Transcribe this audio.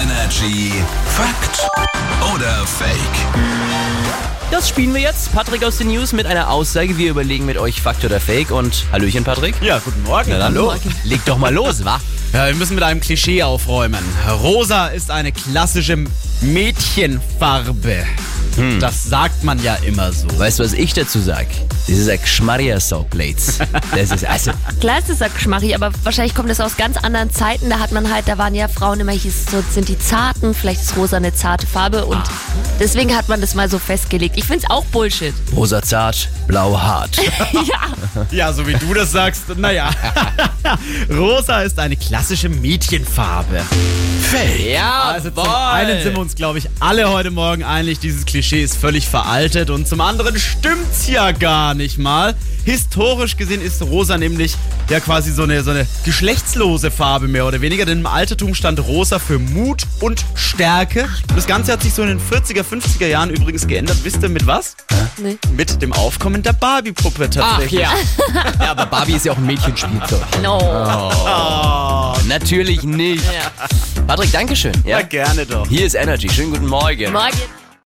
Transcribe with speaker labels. Speaker 1: Energy Fakt oder Fake?
Speaker 2: Das spielen wir jetzt. Patrick aus den News mit einer Aussage. Wir überlegen mit euch Fakt oder Fake. Und Hallöchen, Patrick.
Speaker 3: Ja, guten Morgen.
Speaker 2: Na dann, los. Leg doch mal los, wa?
Speaker 3: Ja, wir müssen mit einem Klischee aufräumen. Rosa ist eine klassische Mädchenfarbe.
Speaker 2: Hm.
Speaker 3: Das sagt man ja immer so.
Speaker 2: Weißt du, was ich dazu sag? Das ist ein geschmarrier Sauplates. Das ist also.
Speaker 4: Klar ist das Geschmacki, aber wahrscheinlich kommt das aus ganz anderen Zeiten. Da hat man halt, da waren ja Frauen immer, hieß es so, sind die zarten, vielleicht ist rosa eine zarte Farbe und deswegen hat man das mal so festgelegt. Ich find's auch Bullshit.
Speaker 2: Rosa zart, blau hart.
Speaker 4: ja.
Speaker 3: Ja, so wie du das sagst, naja. Rosa ist eine klassische Mädchenfarbe.
Speaker 1: Fake.
Speaker 2: Ja,
Speaker 3: Also zum einen sind wir uns, glaube ich, alle heute Morgen einig, dieses Klischee ist völlig veraltet und zum anderen stimmt's ja gar nicht mal. Historisch gesehen ist rosa nämlich ja quasi so eine, so eine geschlechtslose Farbe mehr oder weniger, denn im Altertum stand rosa für Mut und Stärke. Das Ganze hat sich so in den 40er, 50er Jahren übrigens geändert. Wisst ihr mit was?
Speaker 4: Nee.
Speaker 3: Mit dem Aufkommen der Barbie-Puppe
Speaker 2: Ach
Speaker 3: tatsächlich.
Speaker 2: ja. ja. Aber Barbie ist ja auch ein Mädchenspielzeug.
Speaker 4: No.
Speaker 2: Natürlich nicht. Patrick, Dankeschön.
Speaker 3: Ja,
Speaker 2: Ja.
Speaker 3: gerne doch.
Speaker 2: Hier ist Energy. Schönen guten Morgen.
Speaker 4: Morgen.